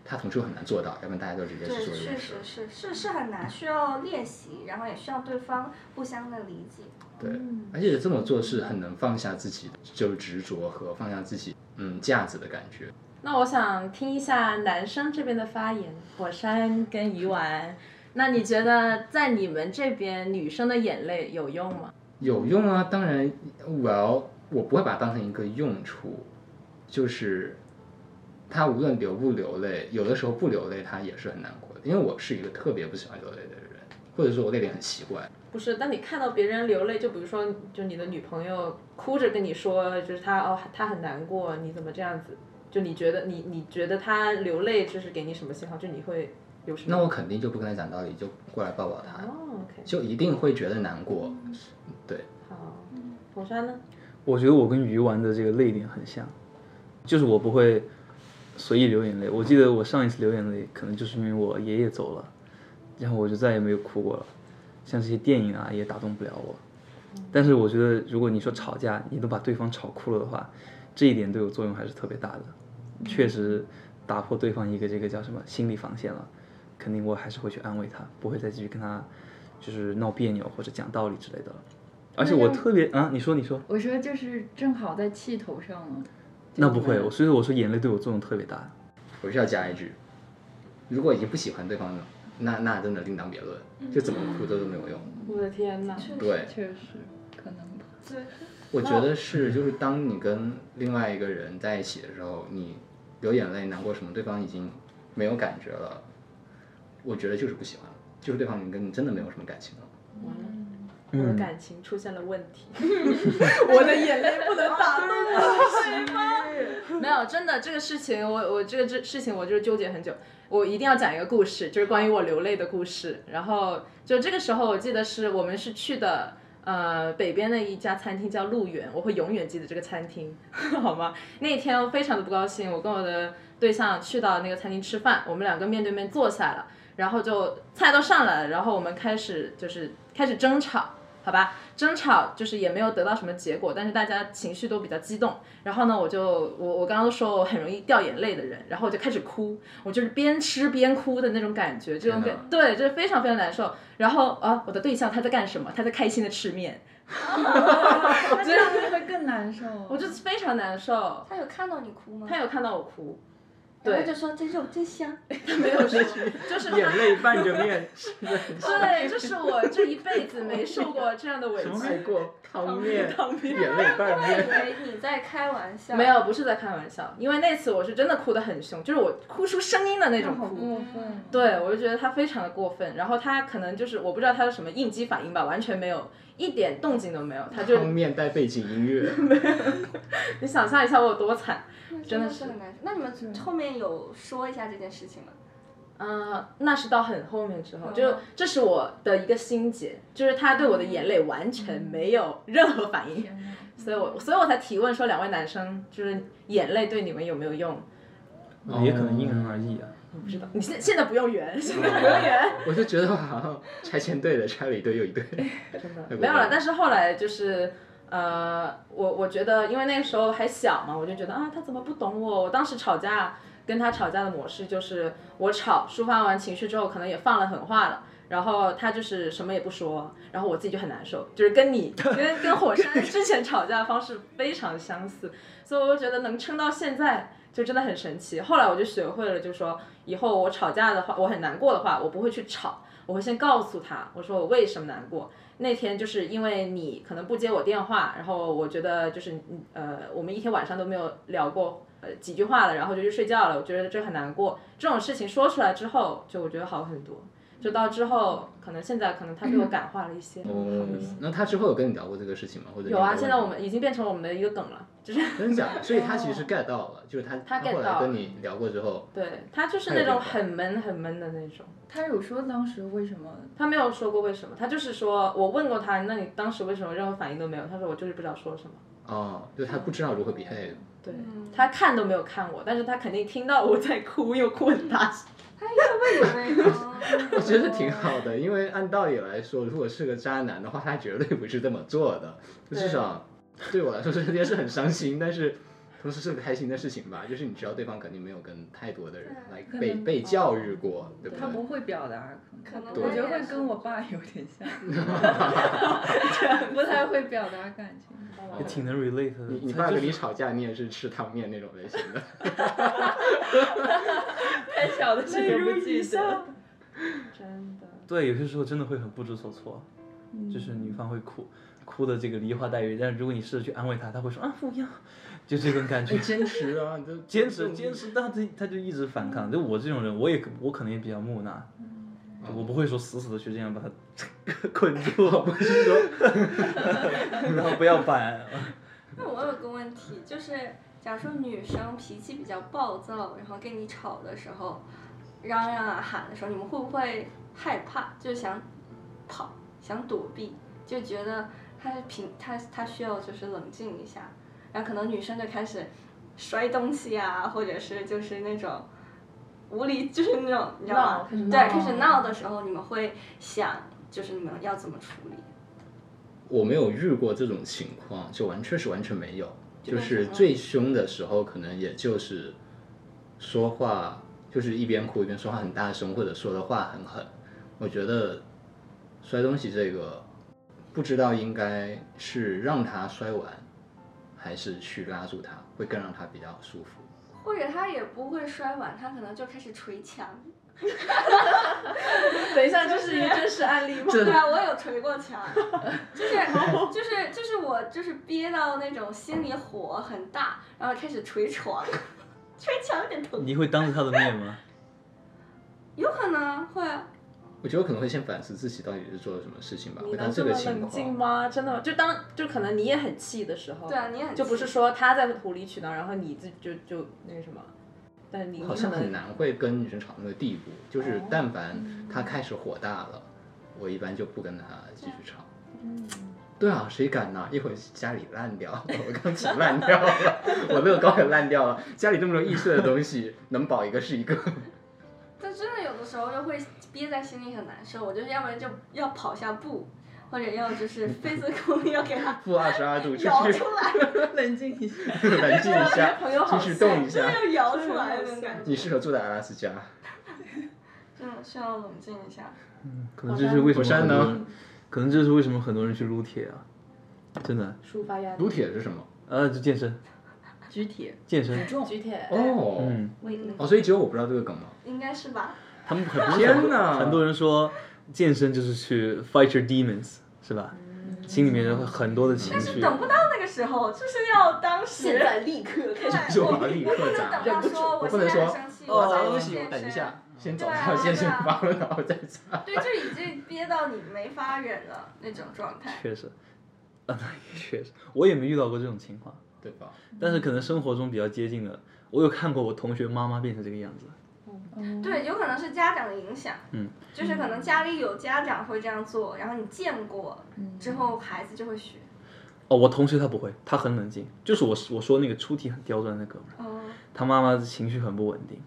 Speaker 1: 他同时又很难做到，要不然大家都直接去做
Speaker 2: 对，
Speaker 1: 这
Speaker 2: 确
Speaker 1: 件事
Speaker 2: 实。是是是很难，需要练习，然后也需要对方互相的理解。
Speaker 1: 对，而且这么做是很能放下自己，就是执着和放下自己嗯架子的感觉。
Speaker 3: 那我想听一下男生这边的发言，火山跟鱼丸。那你觉得在你们这边，女生的眼泪有用吗？
Speaker 1: 有用啊，当然，well，我不会把它当成一个用处，就是他无论流不流泪，有的时候不流泪他也是很难过的，因为我是一个特别不喜欢流泪的人，或者说我泪点很奇怪。
Speaker 3: 不是，当你看到别人流泪，就比如说，就你的女朋友哭着跟你说，就是她哦，她很难过，你怎么这样子？就你觉得你你觉得她流泪，就是给你什么信号？就你会有什么？
Speaker 1: 那我肯定就不跟他讲道理，就过来抱抱他，
Speaker 3: 哦，OK，
Speaker 1: 就一定会觉得难过。
Speaker 3: 好，火山呢？
Speaker 4: 我觉得我跟鱼丸的这个泪点很像，就是我不会随意流眼泪。我记得我上一次流眼泪，可能就是因为我爷爷走了，然后我就再也没有哭过了。像这些电影啊，也打动不了我。但是我觉得，如果你说吵架，你都把对方吵哭了的话，这一点对我作用还是特别大的，确实打破对方一个这个叫什么心理防线了。肯定我还是会去安慰他，不会再继续跟他就是闹别扭或者讲道理之类的了。而且我特别啊，你说你说，
Speaker 6: 我说就是正好在气头上了。
Speaker 4: 那不会，我所以说我说眼泪对我作用特别大。
Speaker 1: 我需要加一句，如果已经不喜欢对方了，那那真的另当别论，就怎么哭都都没有用。
Speaker 3: 我的天哪！
Speaker 1: 对，
Speaker 6: 确实可能吧。
Speaker 2: 对，
Speaker 1: 我觉得是，就是当你跟另外一个人在一起的时候，你流眼泪、难过什么，对方已经没有感觉了，我觉得就是不喜欢了，就是对方跟你真的没有什么感情了。
Speaker 3: 完了，
Speaker 4: 嗯
Speaker 3: 我的感情出现了问题， [LAUGHS] 我的眼泪不能打动我没有，真的这个事情，我我这个这事情，我就是纠结很久。我一定要讲一个故事，就是关于我流泪的故事。然后就这个时候，我记得是我们是去的。呃，北边的一家餐厅叫路园，我会永远记得这个餐厅， [LAUGHS] 好吗？那天我非常的不高兴，我跟我的对象去到那个餐厅吃饭，我们两个面对面坐下了，然后就菜都上来了，然后我们开始就是开始争吵，好吧，争吵就是也没有得到什么结果，但是大家情绪都比较激动。然后呢，我就我我刚刚说我很容易掉眼泪的人，然后我就开始哭，我就是边吃边哭的那种感觉，这种
Speaker 1: 天
Speaker 3: 感
Speaker 1: 哪
Speaker 3: 对，就是非常非常难受。然后啊，我的对象他在干什么？他在开心的吃面，
Speaker 6: 那这样就会更难受。啊
Speaker 3: 我就是非常难受。
Speaker 2: 他有看到你哭吗？
Speaker 3: 他有看到我哭，
Speaker 2: 然后
Speaker 3: 对
Speaker 2: 就说这肉真
Speaker 3: [LAUGHS]
Speaker 2: 香。
Speaker 3: 他没有说，就是他
Speaker 1: 眼泪伴着面，
Speaker 4: [LAUGHS]
Speaker 3: 对，这是我这一辈子没受过这样的委屈。
Speaker 1: 过汤面
Speaker 3: 汤面
Speaker 1: 眼泪伴
Speaker 2: 我以。为你在开玩笑。
Speaker 3: 没有，不是在开玩笑，因为那次我是真的哭得很凶，就是我哭出声音的那种
Speaker 6: 好
Speaker 3: 哭。
Speaker 2: 嗯
Speaker 6: 过分。
Speaker 3: 对，我就觉得他非常的过分，然后他可能就是我不知道他是什么应激反应吧，完全没有一点动静都没有，他就
Speaker 1: 汤面带背景音 [LAUGHS] 乐，
Speaker 3: 你想象一下我有多惨。
Speaker 2: 那
Speaker 3: 真的
Speaker 2: 是
Speaker 3: 是
Speaker 2: 很难受。那你们后面有说一下这件事情吗？
Speaker 3: 嗯，那是到很后面之后，
Speaker 2: 嗯
Speaker 3: 就这是我的一个心结，就是他对我的眼泪完全没有任何反应，所以我所以我才提问说两位男生就是眼泪对你们有没有用？
Speaker 4: 也可能因
Speaker 1: 哦
Speaker 4: 人而异啊。
Speaker 3: 我
Speaker 1: 嗯
Speaker 3: 不知道，你现现在不用圆，现在不用圆，
Speaker 1: 我就觉得好像拆迁队的拆了一堆又一
Speaker 4: [LAUGHS]
Speaker 1: 堆，
Speaker 3: 真的
Speaker 1: 那个
Speaker 3: 没有了。但是后来就是。呃，我我觉得，因为那个时候还小嘛，我就觉得啊，他怎么不懂我？我当时吵架跟他吵架的模式就是，我吵抒发完情绪之后，可能也放了狠话了，然后他就是什么也不说，然后我自己就很难受，就是跟你跟跟火山之前吵架的方式非常相似，所以我就觉得能撑到现在就真的很神奇。后来我就学会了，就是说以后我吵架的话，我很难过的话，我不会去吵，我会先告诉他，我说我为什么难过。那天就是因为你可能不接我电话，然后我觉得就是嗯呃，我们一天晚上都没有聊过呃几句话了，然后就去睡觉了。我觉得这很难过，这种事情说出来之后，就我觉得好很多。就到之后，可能现在可能他被我感化了一些。
Speaker 1: 哦，那他之后有跟你聊过这个事情吗？或者你
Speaker 3: 有啊，
Speaker 1: 问
Speaker 3: 现在
Speaker 1: 过
Speaker 3: 我们已经变成我们的一个梗了，就是
Speaker 1: 真的假的？所以他其实 get 到了，就是他
Speaker 3: 他 get
Speaker 1: 后
Speaker 3: 到
Speaker 1: 来
Speaker 3: 了
Speaker 1: 跟你聊过之后，
Speaker 3: 对他就是
Speaker 1: 他有
Speaker 3: 那种
Speaker 1: 变化
Speaker 3: 很闷很闷的那种。
Speaker 6: 他有说当时为什么？
Speaker 3: 他没有说过为什么，他就是说我问过他，那你当时为什么任何反应都没有？他说我就是不知道说什么。
Speaker 1: 哦，就他不知道如何 behave。
Speaker 3: 对、
Speaker 2: 嗯
Speaker 3: 他看都没有看我，但是他肯定听到我在哭，又哭很大声。
Speaker 2: 哎呦
Speaker 3: [LAUGHS]
Speaker 2: 喂哦
Speaker 1: [LAUGHS] 我觉得挺好的，因为按道理来说，如果是个渣男的话，他绝对不是这么做的。就至少对我来说，这件事很伤心，但是同时是个开心的事情吧。就是你知道对方肯定没有跟太多的人来
Speaker 6: 可
Speaker 1: 被
Speaker 6: 能
Speaker 1: 被教育过，对不
Speaker 6: 他
Speaker 1: 对？
Speaker 6: 不会表达，可能
Speaker 2: 可能
Speaker 6: 我觉得
Speaker 2: 他也
Speaker 6: 会
Speaker 2: 是
Speaker 6: 跟我爸有点像， [LAUGHS] 不太会表达感情。
Speaker 4: 也挺能 relate 的。
Speaker 1: 你你
Speaker 4: 他
Speaker 1: 爸
Speaker 4: 就
Speaker 1: 跟
Speaker 4: 是
Speaker 1: 你吵架，你也是吃汤面那种类型 [LAUGHS] 的。
Speaker 6: 太小的时
Speaker 3: 泪
Speaker 6: 候
Speaker 3: 如
Speaker 6: 不记
Speaker 3: 雨
Speaker 6: 得
Speaker 3: 下。， [LAUGHS] 真的。
Speaker 4: 对，有些时候真的会很不知所措，
Speaker 1: 嗯
Speaker 4: 就是女方会哭，哭的这个梨花带雨。但是如果你试着去安慰她，她会说啊不要，就这种感觉
Speaker 1: 你。坚持啊，你就
Speaker 4: 坚持坚持，但她她就一直反抗。就我这种人，我也我可能也比较木讷，就我不会说死死的去这样把 [LAUGHS] 她捆住，不是说， [LAUGHS] 然后不要反。
Speaker 2: 那我有个问题，就是假如说女生脾气比较暴躁，然后跟你吵的时候，嚷嚷啊喊的时候，你们会不会害怕，就想跑，想躲避，就觉得她是平，她她需要就是冷静一下，然后可能女生就开始摔东西啊，或者是就是那种。无理就是那种，你知道吗？
Speaker 3: 闹开始
Speaker 2: 对，
Speaker 3: 闹
Speaker 2: 开始闹的时候，你们会想，就是你们要怎么处理？
Speaker 1: 我没有遇过这种情况，就完确实完全没有。
Speaker 2: 就
Speaker 1: 就
Speaker 2: 变成了
Speaker 1: 是最凶的时候，可能也就是说话，就是一边哭一边说话很大声，或者说的话很狠。我觉得摔东西这个，不知道应该是让他摔完，还是去拉住他，会更让他比较舒服。
Speaker 2: 或者她也不会摔碗，她可能就开始捶墙。
Speaker 3: [LAUGHS] 等一下，这是一个真实案例吗？
Speaker 2: 对啊，我有捶过墙，就是就是就是我就是憋到那种心里火很大，然后开始捶床，捶墙有点疼。
Speaker 4: 你会当着她的面吗？
Speaker 2: 有可能啊会啊，
Speaker 1: 我觉得我可能会先反思自己到底是做了什么事情吧，
Speaker 3: 你
Speaker 1: 会到
Speaker 3: 能
Speaker 1: 这
Speaker 3: 这
Speaker 1: 个
Speaker 3: 么
Speaker 1: 情
Speaker 3: 冷静
Speaker 1: 况。
Speaker 3: 吗？真的吗，就当就可能你也很气的时候，
Speaker 2: 对啊，你也很
Speaker 3: 就不是
Speaker 2: 气
Speaker 3: 说他在无理取闹，然后你自就就那个什么，但你
Speaker 1: 我
Speaker 3: 你
Speaker 1: 好
Speaker 3: 可
Speaker 1: 像很
Speaker 3: 能
Speaker 1: 难会跟女生吵到那个地步，就是
Speaker 3: 哦
Speaker 1: 但凡她开始火大了，我一般就不跟她继续吵。
Speaker 3: 嗯
Speaker 1: 对啊，谁敢呐？一会儿家里烂掉，我钢琴烂掉了，我乐高也烂掉了，家里这么多易碎的东西，能保一个是一个。
Speaker 2: 但真的有的时候又会憋在心里很难受，我就是要不然就要跑下步，或者要就是 physical 要给
Speaker 1: [LAUGHS]
Speaker 2: 他
Speaker 1: 负二十二度，出
Speaker 2: 摇
Speaker 1: 去
Speaker 2: 出来，
Speaker 6: 冷静一下。
Speaker 1: 冷静一
Speaker 3: 我觉
Speaker 1: 下
Speaker 3: 得啊朋友，
Speaker 1: 出
Speaker 3: 好
Speaker 1: 去动一下。
Speaker 2: 要摇出来的那种感觉。
Speaker 1: 你适合住在阿拉斯加，
Speaker 2: 真的需要冷静一下。
Speaker 4: 嗯可能这是为什
Speaker 1: 火
Speaker 4: 么
Speaker 1: 山
Speaker 4: 很
Speaker 1: 呢
Speaker 4: 多人，可能这是为什么很多人去撸铁啊，真的，
Speaker 3: 抒发压力，
Speaker 1: 撸铁是什么？
Speaker 4: 呃，就健身，
Speaker 6: 举
Speaker 3: 啊
Speaker 6: 铁，
Speaker 4: 健身，
Speaker 3: 举铁，
Speaker 1: 哦，
Speaker 4: 嗯，
Speaker 2: 嗯
Speaker 1: 哦，所以只有我不知道这个梗吗？
Speaker 2: 应该是吧？
Speaker 4: 他们很多
Speaker 1: 天哪
Speaker 4: 很多人说健身就是去 fight your demons，是吧？心里面有很多的情
Speaker 2: 嗯但是
Speaker 4: 绪，
Speaker 2: 等不到那个时候，就是要当时。
Speaker 3: 现在立刻开始
Speaker 2: 对
Speaker 1: 就把立刻砸
Speaker 2: 我不能等到
Speaker 1: 我
Speaker 2: 我
Speaker 1: 不
Speaker 2: 现
Speaker 1: 能
Speaker 2: 在
Speaker 1: 说
Speaker 2: 很生气，
Speaker 1: 哦，
Speaker 2: 才
Speaker 1: 对不
Speaker 2: 去
Speaker 1: 起，我
Speaker 2: 健
Speaker 1: 等一
Speaker 2: 身
Speaker 1: 下，，先走
Speaker 2: 对啊
Speaker 1: 到健身
Speaker 2: 对啊
Speaker 1: 房，然后再擦。
Speaker 2: 对，就已经憋到你没法忍了那种状态。
Speaker 4: 确实，啊，那也确实，我也没遇到过这种情况，
Speaker 1: 对吧？
Speaker 4: 但是可能生活中比较接近的，我有看过我同学妈妈变成这个样子，
Speaker 2: 对，有可能是家长的影响，
Speaker 4: 嗯，
Speaker 2: 就是可能家里有家长会这样做，然后你见过之后，孩子就会学。
Speaker 4: 哦，我同学他不会，他很冷静，就是我我说那个出题很刁钻的那哥们儿，
Speaker 2: 哦，
Speaker 4: 他妈妈情绪很不稳定，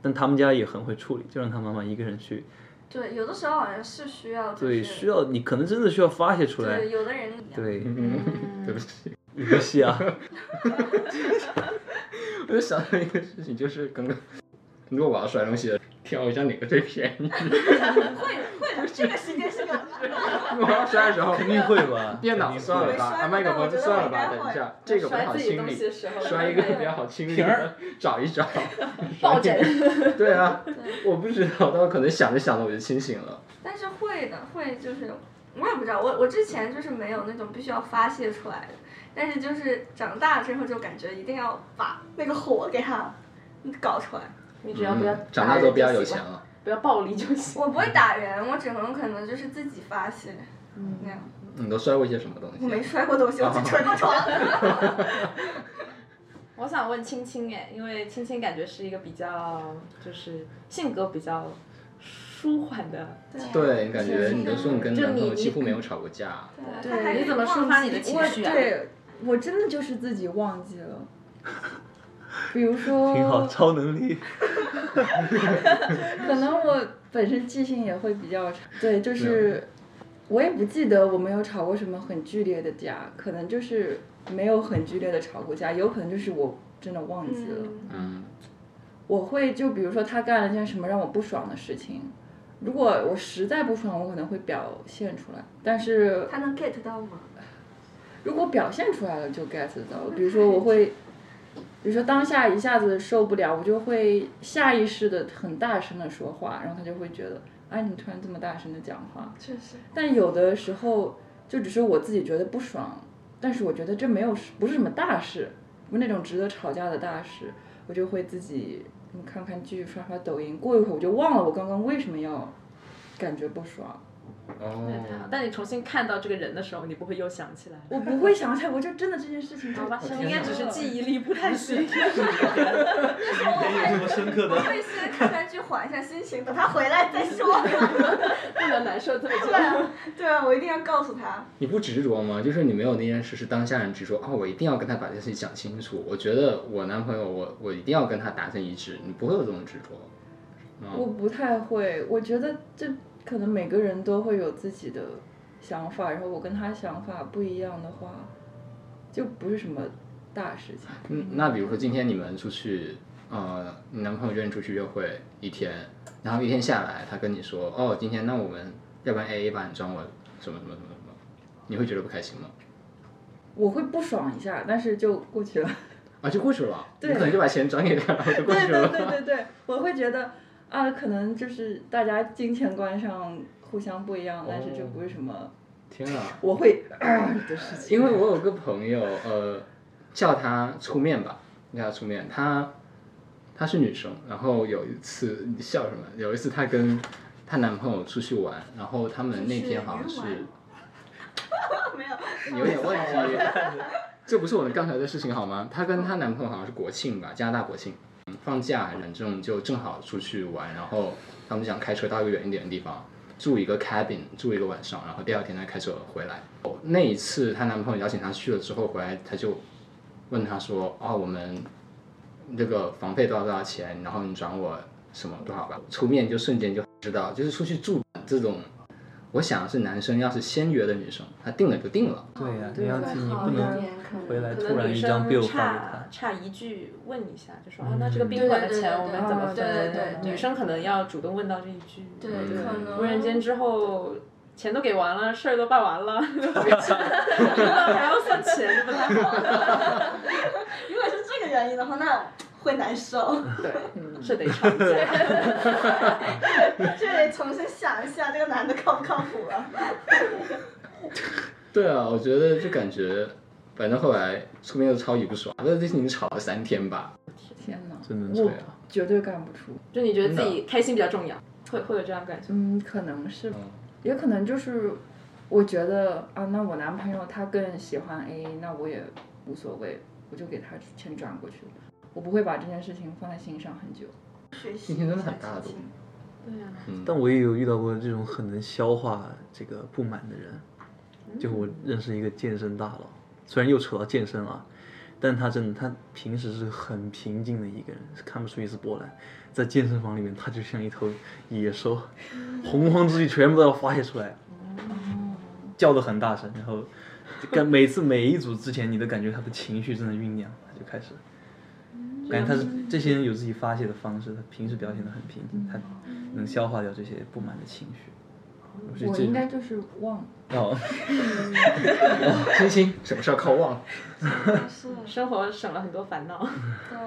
Speaker 4: 但他们家也很会处理，就让他妈妈一个人去。
Speaker 2: 对，有的时候好像是需要，就
Speaker 4: 对，
Speaker 2: 是
Speaker 4: 需要你可能真的需要发泄出来
Speaker 2: 对。有的人
Speaker 4: 对，
Speaker 1: 嗯，对不起，
Speaker 4: 你不戏啊，
Speaker 1: 我就想到一个事情，就是刚刚如果我要摔东西，挑一下哪个最便宜。
Speaker 2: 会的会的，这个时间是有的。
Speaker 1: 我要摔的时候，
Speaker 4: [LAUGHS] 肯定会吧？
Speaker 1: 电脑算了吧，
Speaker 2: 肯定会
Speaker 1: 啊，麦克
Speaker 2: 我
Speaker 1: 风
Speaker 2: 觉得
Speaker 1: 算了
Speaker 2: 我应该
Speaker 1: 吧，等一下，
Speaker 3: 就
Speaker 1: 这个不
Speaker 3: 摔
Speaker 1: 好
Speaker 3: 自己
Speaker 1: 清
Speaker 3: 东
Speaker 1: 理
Speaker 3: 西，的时候，
Speaker 1: 摔一 [LAUGHS] 个比较好清理
Speaker 4: 瓶儿
Speaker 1: 的，找一找。
Speaker 3: 抱枕。
Speaker 1: [LAUGHS] 对啊，我不知道，但我可能想着想着我就清醒了。
Speaker 2: 但是会的，会就是我也不知道，我我之前就是没有那种必须要发泄出来的，但是就是长大之后就感觉一定要把那个火给它搞出来。
Speaker 3: 你只要不要
Speaker 1: 嗯长大之后不要有钱了。
Speaker 3: 不要暴力就行。
Speaker 2: 我不会打人，我只能可能就是自己发泄那样。
Speaker 1: 你都摔过一些什么东西？啊
Speaker 2: 我没摔过东西，
Speaker 4: 啊
Speaker 2: 我只捶过床。
Speaker 3: 我想问青青哎，因为青青感觉是一个比较就是性格比较舒缓的，
Speaker 1: 对，你感觉你的说你跟
Speaker 3: 就
Speaker 1: 男朋
Speaker 3: 你
Speaker 1: 友几
Speaker 3: 你
Speaker 1: 乎没有吵过架，
Speaker 2: 他还可
Speaker 3: 你
Speaker 2: 以
Speaker 3: 怎么抒
Speaker 2: 忘
Speaker 3: 发
Speaker 2: 记
Speaker 3: 你的
Speaker 2: 我
Speaker 3: 情绪啊？
Speaker 7: 对，我真的就是自己忘记了。比如说，
Speaker 4: 挺好，超能力。
Speaker 7: 可能我本身记性也会比较差，对，就是我也不记得我没有吵过什么很剧烈的架，可能就是没有很剧烈的吵过架，有可能就是我真的忘记了。
Speaker 2: 嗯，
Speaker 1: 嗯，
Speaker 7: 我会就比如说他干了件什么让我不爽的事情，如果我实在不爽，我可能会表现出来，但是
Speaker 2: 他能 get 到吗？
Speaker 7: 如果表现出来了就 get 到了，比如说我会，比如说当下一下子受不了，我就会下意识的很大声的说话，然后他就会觉得，哎，你突然这么大声的讲话。
Speaker 2: 确 [LAUGHS] 实，
Speaker 7: 但有的时候就只是我自己觉得不爽，但是我觉得这没有不是什么大事，不是那种值得吵架的大事，我就会自己嗯看看剧、刷刷抖音，过一会儿我就忘了我刚刚为什么要感觉不爽，
Speaker 1: 哦，
Speaker 3: 啊但你重新看到这个人的时候，你不会又想起来。
Speaker 7: 我不会想起来，我就真的这件事情就
Speaker 3: 好吧，应
Speaker 1: 哪
Speaker 3: 该只是记忆力不太 [LAUGHS] 行。
Speaker 4: 没有这么深刻
Speaker 2: 我
Speaker 4: 的。
Speaker 2: 会先看看剧缓一下心情，等他回来再说。
Speaker 3: 不能难受这 [LAUGHS] 么久
Speaker 2: 对。啊，对啊，我一定要告诉他。
Speaker 1: 你不执着吗？就是你没有那件事是当下人执着啊，我一定要跟他把这件事情讲清楚。我觉得我男朋友，我我一定要跟他达成一致，你不会有这种执着。
Speaker 7: 我不太会，我觉得这可能每个人都会有自己的想法，然后我跟他想法不一样的话，就不是什么大事情。
Speaker 1: 嗯，那比如说今天你们出去，呃，你男朋友约你出去约会一天，然后一天下来，他跟你说，哦，今天那我们要不然 A A 吧，你装我什么什么什么什么，你会觉得不开心吗？
Speaker 7: 我会不爽一下，但是就过去了。
Speaker 1: 啊，就过去了，你
Speaker 7: 对
Speaker 1: 可能就把钱转给他，然后就过
Speaker 7: 对
Speaker 1: 去
Speaker 7: 对
Speaker 1: 了。
Speaker 7: 对对对，我会觉得啊，可能就是大家金钱观上互相不一样，但是这不是什么
Speaker 1: 天啊！
Speaker 7: 我会、啊的事情。
Speaker 1: 因为我有个朋友，呃，叫她出面吧，叫她出面。她她是女生，然后有一次你笑什么？有一次她跟她男朋友出去玩，然后他们那天好像
Speaker 2: 出去啊
Speaker 1: 是
Speaker 2: [LAUGHS] 没有，
Speaker 1: 你有点问题，这不是我们刚才的事情好吗？她跟她男朋友好像是国庆吧，加拿大国庆，嗯放假，反正就正好出去玩，然后他们想开车到一个远一点的地方。住一个 cabin，住一个晚上，然后第二天再开车回来。哦那一次她男朋友邀请她去了之后回来，她就问她说：“哦，我们这个房费多少多少钱？然后你转我什么多少吧。”出面就瞬间就知道，就是出去住这种，我想是男生要是先约的女生，他定了就定了。
Speaker 4: 嗯对呀、
Speaker 7: 对
Speaker 4: 那样
Speaker 7: 会
Speaker 4: 子你
Speaker 7: 好
Speaker 4: 不
Speaker 7: 一
Speaker 4: 能
Speaker 7: 点
Speaker 4: 回来
Speaker 3: 可
Speaker 4: 突
Speaker 3: 能
Speaker 4: 然
Speaker 3: 女
Speaker 4: 一张
Speaker 3: 生
Speaker 4: bill 发给
Speaker 3: 差
Speaker 4: 他。
Speaker 3: 差一句问一下，就说啊，
Speaker 1: 嗯
Speaker 3: 那这个宾馆的
Speaker 2: 对对对
Speaker 3: 钱我们怎么
Speaker 7: 对
Speaker 3: 分
Speaker 7: 对对？
Speaker 2: 对
Speaker 3: 女生可能要主动问到这一句。
Speaker 2: 对，
Speaker 1: 嗯
Speaker 2: 可能
Speaker 3: 无人间之后，钱都给完了，事儿都办
Speaker 2: [LAUGHS]
Speaker 3: 完了，还要算钱，这不太好。
Speaker 2: 如果是这个原因的话，那会难受， [LAUGHS]
Speaker 3: 对，是得吵架。
Speaker 2: 就得重新想一下这个男的靠不靠谱了。
Speaker 4: [LAUGHS]
Speaker 1: 对啊，我觉得就感觉，反正后来出面就超级不爽，那这事情吵了三天吧。
Speaker 7: 天哪，
Speaker 4: 真能这
Speaker 7: 我
Speaker 4: 样
Speaker 7: 绝对干不出。
Speaker 3: 就你觉得自己开心比较重要，会会有这样感觉。
Speaker 7: 嗯，可能是，也可能就是，我觉得啊，那我男朋友他更喜欢 A，那我也无所谓，我就给他钱转过去，我不会把这件事情放在心上很久。
Speaker 2: 学习
Speaker 1: 今天真的很大度。
Speaker 3: 对呀、
Speaker 1: 嗯，
Speaker 4: 但我也有遇到过这种很能消化这个不满的人，就我认识一个健身大佬，虽然又扯到健身了，但他真的，他平时是很平静的一个人，是看不出一丝波澜。在健身房里面，他就像一头野兽，洪荒之力全部都要发泄出来，
Speaker 6: 哦
Speaker 4: 叫的很大声，然后就感每次每一组之前，你都感觉他的情绪正在酝酿，他就开始，
Speaker 6: 嗯
Speaker 4: 感觉他是这些人有自己发泄的方式，他平时表现的很平静，他能消化掉这些不满的情绪。我觉得
Speaker 6: 我
Speaker 4: 这
Speaker 6: 应该就是忘了。
Speaker 4: 哦，
Speaker 1: 星星什么事儿靠忘，
Speaker 2: 是，
Speaker 3: 生活省了很多烦恼，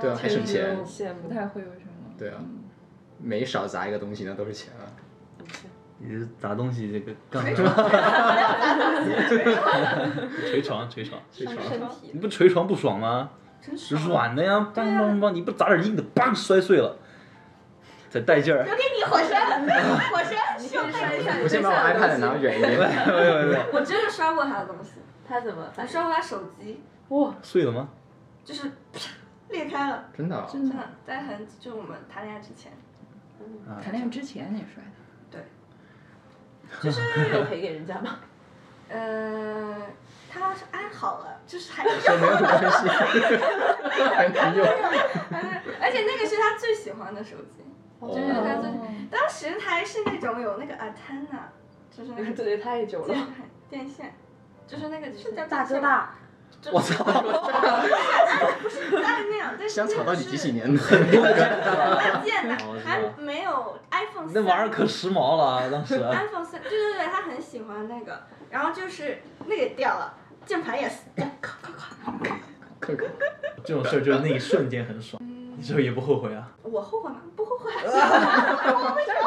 Speaker 1: 对啊，还省钱，
Speaker 3: 羡
Speaker 7: 不
Speaker 3: 慕。
Speaker 7: 太会有什么。
Speaker 1: 对啊，没少砸一个东西，那都是钱啊。
Speaker 4: 也是砸东西这个杠是吧？捶床，捶床，
Speaker 1: 这床
Speaker 2: 身体
Speaker 4: 你不捶床不爽吗？
Speaker 2: 真爽。
Speaker 4: 软的呀，梆梆梆，你不砸点硬的，梆摔碎了，才带劲儿。
Speaker 2: 你哎火山，
Speaker 4: [LAUGHS]
Speaker 2: 火山需要带一下。
Speaker 1: 我先把我 iPad 拿远一点。
Speaker 2: 我真的摔过他的东西，
Speaker 3: 他怎么
Speaker 2: 我
Speaker 3: 反？
Speaker 2: 摔过他手机，
Speaker 3: 哇，
Speaker 4: 碎了吗？
Speaker 2: 就是啪裂开了，
Speaker 1: 真的啊，
Speaker 2: 真的，在很就我们谈恋爱之前，
Speaker 7: 谈恋爱之前也摔的，
Speaker 3: 有赔给人家吗？
Speaker 2: 呃，他是安好了，就是还是
Speaker 1: 说没有关系，还挺有。
Speaker 2: 而且那个是他最喜欢的手机，就是他
Speaker 1: 哦
Speaker 2: 最，当时还是那种有那个 antenna，就是那个
Speaker 3: 对，太久了
Speaker 2: 电。电线，就是那个就是叫
Speaker 3: 大
Speaker 2: 电
Speaker 3: 哥
Speaker 2: 线
Speaker 3: 大，
Speaker 1: 我操，
Speaker 2: 但是那样，但是
Speaker 1: 想
Speaker 2: 那
Speaker 1: 吵
Speaker 2: 个
Speaker 1: 到底几
Speaker 2: 是
Speaker 1: 几年的？对
Speaker 2: 很贱的
Speaker 4: 哦，是
Speaker 2: 还
Speaker 4: 吧
Speaker 2: 没有 iPhone
Speaker 4: 那玩意儿
Speaker 2: 3
Speaker 4: 可时髦了啊，当时
Speaker 2: iPhone 三，对对对，他很喜欢那个，然后就是那个掉了，键盘也死掉，咔咔咔。
Speaker 4: 这种事儿就是那一瞬间很爽，你之后也不后悔啊。
Speaker 2: 我后悔吗？不后悔， [LAUGHS] 我为什么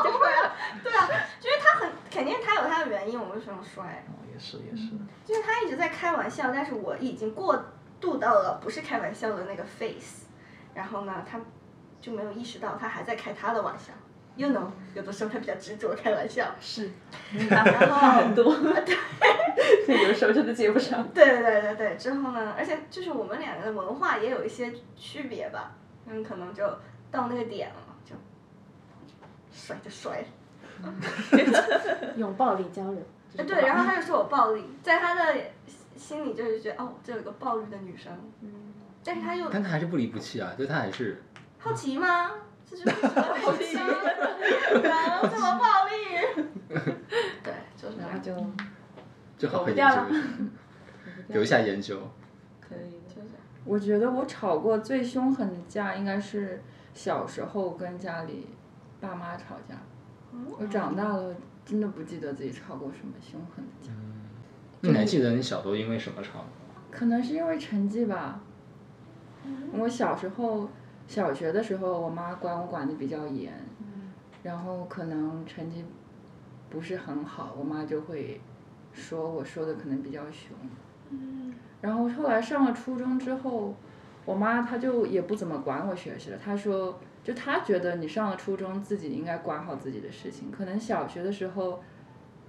Speaker 2: 后悔啊？对啊，就是他很肯定他有他的原因，我为什么摔？
Speaker 4: 哦，也是也是，
Speaker 2: 就是他一直在开玩笑，但是我已经过渡到了不是开玩笑的那个 face，然后呢，他就没有意识到他还在开他的玩笑。You know，有的时候他比较执着开玩笑，
Speaker 3: 是
Speaker 2: 然后
Speaker 3: 很
Speaker 2: [LAUGHS]
Speaker 3: 多，有时候真的接不上。
Speaker 2: 对对对对对，之后呢，而且就是我们两个的文化也有一些区别吧，嗯，可能就到那个点了，就摔就摔了。
Speaker 8: 用暴力交流。
Speaker 2: 哎，对，然后他就说我暴力，在他的心里就是觉得哦，这有一个暴力的女生，
Speaker 3: [LAUGHS]
Speaker 2: 但是他又
Speaker 1: 但他还是不离不弃啊，就他还是
Speaker 2: 好奇吗？这就是 [LAUGHS] 什么女生，然后这么暴力，对，就是
Speaker 6: 然后就
Speaker 1: 就好好研
Speaker 3: 掉了
Speaker 1: 究，留下研究。
Speaker 6: 可以的。
Speaker 2: 就是
Speaker 7: 我觉得我吵过最凶狠的架应该是小时候跟家里爸妈吵架。我长大了真的不记得自己吵过什么凶狠的架，
Speaker 1: 那你还记得你小时候因为什么吵吗？
Speaker 7: 可能是因为成绩吧。我小时候小学的时候，我妈管我管的比较严，然后可能成绩不是很好，我妈就会说我说的可能比较凶。然后后来上了初中之后，我妈她就也不怎么管我学习了。她说，就她觉得你上了初中，自己应该管好自己的事情。可能小学的时候，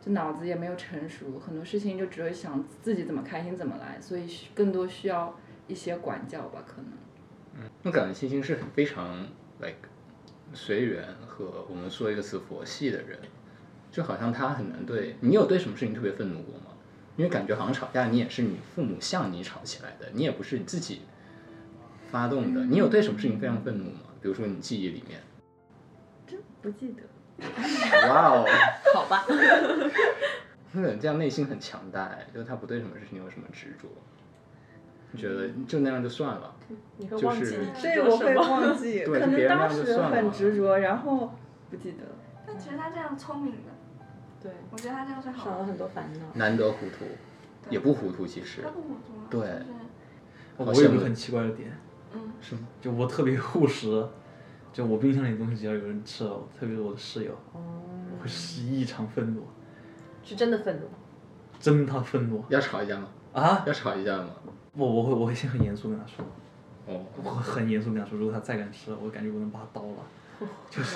Speaker 7: 就脑子也没有成熟，很多事情就只会想自己怎么开心怎么来，所以需更多需要一些管教吧，可能。
Speaker 1: 我感觉星星是非常 like 随缘和我们说一个词佛系的人，就好像他很难对你有对什么事情特别愤怒过吗？因为感觉好像吵架你也是你父母向你吵起来的，你也不是自己发动
Speaker 3: 嗯
Speaker 1: 的。你有对什么事情非常愤怒吗？比如说你记忆里面，
Speaker 7: 不记得。
Speaker 1: [LAUGHS] 哇哦，
Speaker 3: [LAUGHS] 好吧，
Speaker 1: 那个人这样内心很强大哎，就是他不对什么事情有什么执着，你觉得就那样就算了。
Speaker 3: 你会忘记
Speaker 1: 就是
Speaker 3: 你
Speaker 7: 所以
Speaker 3: 执
Speaker 7: 我
Speaker 3: 着什
Speaker 7: 会
Speaker 3: [LAUGHS] 么？
Speaker 7: 忘记，
Speaker 1: 对
Speaker 7: 可
Speaker 1: 就别人
Speaker 7: 能
Speaker 1: 那
Speaker 7: 当
Speaker 1: 样就
Speaker 7: 时
Speaker 1: 算了
Speaker 7: 很
Speaker 1: 嘛
Speaker 7: 执着，然后不记得了。
Speaker 2: 但觉得他这样聪明的，
Speaker 3: 对，
Speaker 2: 我觉得他这样是好
Speaker 3: 少了
Speaker 2: 的，
Speaker 3: 很多烦恼。
Speaker 1: 难得糊涂，
Speaker 2: 对
Speaker 1: 也不糊涂其实
Speaker 2: 他不糊涂，
Speaker 1: 对
Speaker 2: 就是
Speaker 1: 好
Speaker 4: 我
Speaker 1: 羡
Speaker 4: 有
Speaker 1: 慕
Speaker 4: 个很奇怪的点，
Speaker 2: 嗯，
Speaker 1: 是吗？
Speaker 4: 就我特别护食，就我冰箱里的东西只要有人吃了，特别是我的室友，我会是异常愤怒，
Speaker 3: 是真的愤怒。
Speaker 4: 真他愤怒
Speaker 1: 要吵一架吗？
Speaker 4: 啊！
Speaker 1: 要吵一架吗？
Speaker 4: 我我会我会先很严肃跟他说，
Speaker 1: 哦，
Speaker 4: 我很严肃跟他说，如果他再敢吃了，我感觉我能把他刀了。
Speaker 3: 哦
Speaker 4: 就是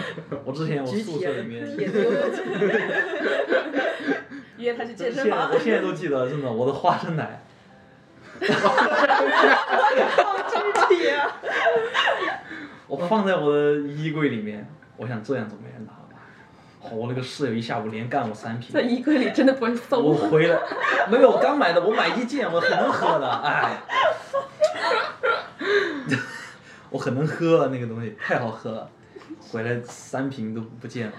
Speaker 4: [LAUGHS] 我之前我宿舍里面，
Speaker 3: [LAUGHS] 约他去健
Speaker 4: 现
Speaker 3: 身
Speaker 4: 在
Speaker 3: 房
Speaker 4: 我，现在都记得，真的，我的花生奶， [LAUGHS] 我放在我的衣柜里面，我想这样总没人拿了吧？哦我那个室友一下午连干我三瓶
Speaker 3: [LAUGHS] 在，衣柜里真的不会
Speaker 4: 我
Speaker 3: 搜。
Speaker 4: 回来没有，我刚买的，我买一件，我很能喝的，哎， [LAUGHS] 我很能喝、啊、那个东西，太好喝了，回来三瓶都不见了，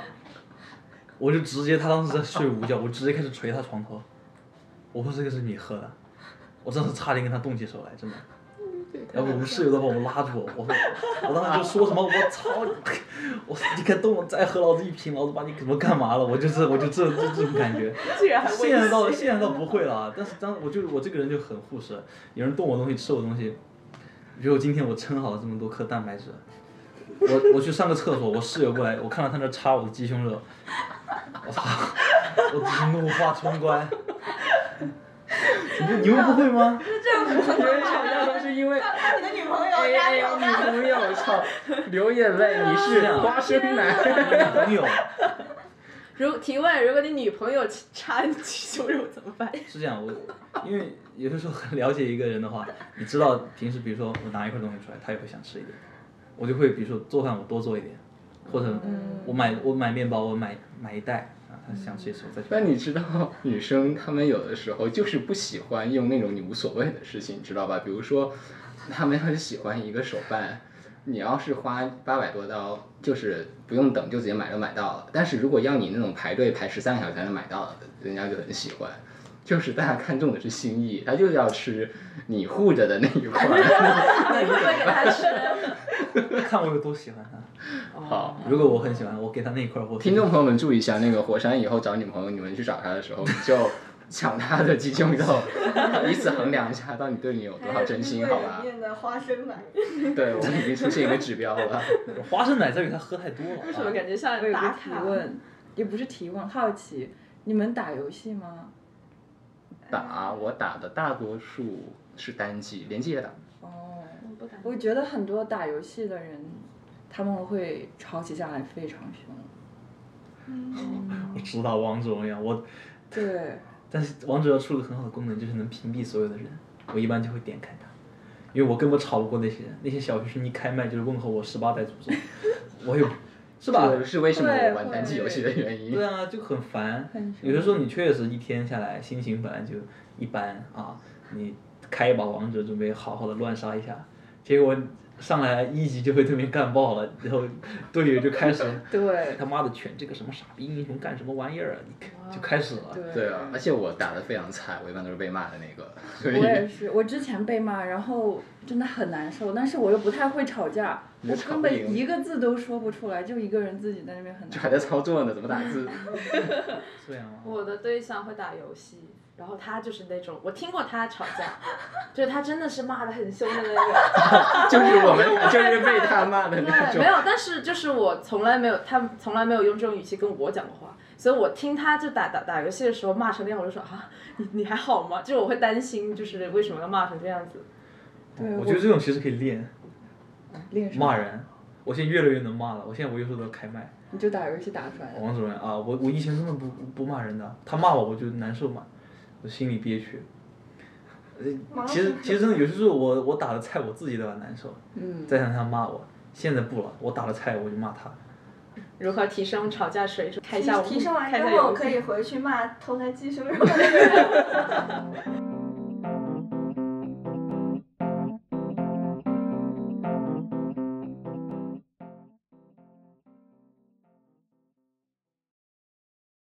Speaker 4: 我就直接他当时在睡午觉，我直接开始捶他床头，我说这个是你喝的，我当时差点跟他动起手来，真的。然后我们室友都把我拉住我，我说，我当时就说什么，我操，我说你敢动我，再喝老子一瓶，老子把你怎么干嘛了？我就是我就这这这种感觉。
Speaker 3: 居 [LAUGHS] 然还
Speaker 4: 现在倒现在倒不会了，啊但是当我就我这个人就很护食，有人动我东西吃我东西，比如今天我称好了这么多克蛋白质，我我去上个厕所，我室友过来，我看到他那插我的鸡胸肉，我操，我直接怒发冲冠。你你们不会吗？
Speaker 6: 我觉得吵架都是因为
Speaker 2: 你的女朋友啊
Speaker 6: A
Speaker 2: 压力
Speaker 6: A
Speaker 2: 好
Speaker 6: 女
Speaker 2: 大。
Speaker 6: 朋友操，流眼泪你是花生男，
Speaker 4: 朋友
Speaker 3: 如提问，如果你女朋友插你鸡胸肉怎么办？
Speaker 4: 是这样，我因为有的时候很了解一个人的话，你知道平时比如说我拿一块东西出来，他也会想吃一点，我就会比如说做饭我多做一点，或者
Speaker 1: 嗯
Speaker 4: 我买我买面包我买买一袋啊，他想吃一吃我再去买。
Speaker 1: 但你知道， [LAUGHS] 女生她们有的时候就是不喜欢用那种你无所谓的事情，你知道吧？比如说，她们要是喜欢一个手办，你要是花八百多刀，就是不用等就直接买就买到了。但是如果要你那种排队排十三个小时才能买到的，人家就很喜欢。就是大家看重的是心意，他就要吃你护着的那一块儿。 [LAUGHS]
Speaker 3: 你会不会给他吃？
Speaker 4: 看我有多喜欢他，
Speaker 3: 哦
Speaker 1: 好，
Speaker 4: 如果我很喜欢，我给他那一块儿我
Speaker 1: 听众朋友们注意一下，那个火山以后找女朋友，你们去找他的时候就抢他的鸡胸肉，以此衡量一下到底对你有 [LAUGHS] 多少真心，好吧
Speaker 2: 还有？冰柜里面的花生奶，
Speaker 1: 对，我们已经出现一个指标了。
Speaker 4: 花生奶在给他喝太多了。
Speaker 3: 为什么感觉像
Speaker 7: 我有个
Speaker 3: 打
Speaker 7: 提
Speaker 3: 卡？
Speaker 7: 问，也不是提问，好奇，你们打游戏吗？
Speaker 1: 打我打的大多数是单机，联机也打。
Speaker 7: 哦，
Speaker 3: 不敢
Speaker 7: 我觉得很多打游戏的人，他们会吵起架来非常凶。
Speaker 2: 嗯
Speaker 4: 啊我知道王者荣耀，我
Speaker 7: 对，
Speaker 4: 但是王者要出了很好的功能，就是能屏蔽所有的人。我一般就会点开它，因为我根本吵不过那些人。那些小学生一开麦就是问候我十八代祖宗，我有，是吧？
Speaker 1: 这是为什么我玩
Speaker 7: 对
Speaker 1: 单机游戏的原因
Speaker 4: 对。啊，就很烦。有的时候你确实一天下来心情本来就一般啊，你开一把王者准备好好的乱杀一下，结果上来一级就被对面干爆了，然后队友就开始哎
Speaker 7: [LAUGHS] 对
Speaker 4: 他妈的选这个什么傻逼英雄干什么玩意儿啊，你就开始了。
Speaker 1: 对啊，而且我打的非常菜，我一般都是被骂的那个，所
Speaker 7: 我也
Speaker 1: 以
Speaker 7: 是，我之前被骂，然后真的很难受，但是我又不太会吵架，
Speaker 1: 你
Speaker 7: 我
Speaker 1: 就吵
Speaker 7: 根
Speaker 1: 不
Speaker 7: 本
Speaker 1: 赢
Speaker 7: 一个字都说不出来，就一个人自己在那边很
Speaker 1: 就
Speaker 7: 难
Speaker 1: 还在操作呢，怎么打字？
Speaker 4: 这样啊。
Speaker 3: 我的对象会打游戏，然后他就是那种，我听过他吵架，就是他真的是骂的很凶的那个。
Speaker 1: 就是我们就是被他骂的那
Speaker 3: 对，
Speaker 1: 种
Speaker 3: 没。有，但是就是我从来没有，他从来没有用这种语气跟我讲过话，所以我听他就打打打游戏的时候骂成那样，我就说啊，你你还好吗？就是我会担心，就是为什么要骂成这样子。
Speaker 7: 对
Speaker 4: 我觉得这种其实可以练
Speaker 7: 练手，
Speaker 4: 骂人。我现在越来越能骂了，我现在我有时候都开麦。
Speaker 7: 你就打游戏打出来了。
Speaker 4: 王主任啊，我我以前根本不不骂人的，他骂我我就难受嘛，我心里憋屈。呃，其实其实真的有些时候我我打的菜我自己都很难受，
Speaker 7: 嗯，
Speaker 4: 再让他骂我，现在不了，我打了菜我就骂他。
Speaker 3: 如何提升吵架水准？开一
Speaker 2: 提
Speaker 3: 下我们
Speaker 2: 提升完
Speaker 3: 开一
Speaker 2: 之
Speaker 3: 下
Speaker 2: 后
Speaker 3: 游戏
Speaker 2: 可以回去骂偷他鸡胸肉的人。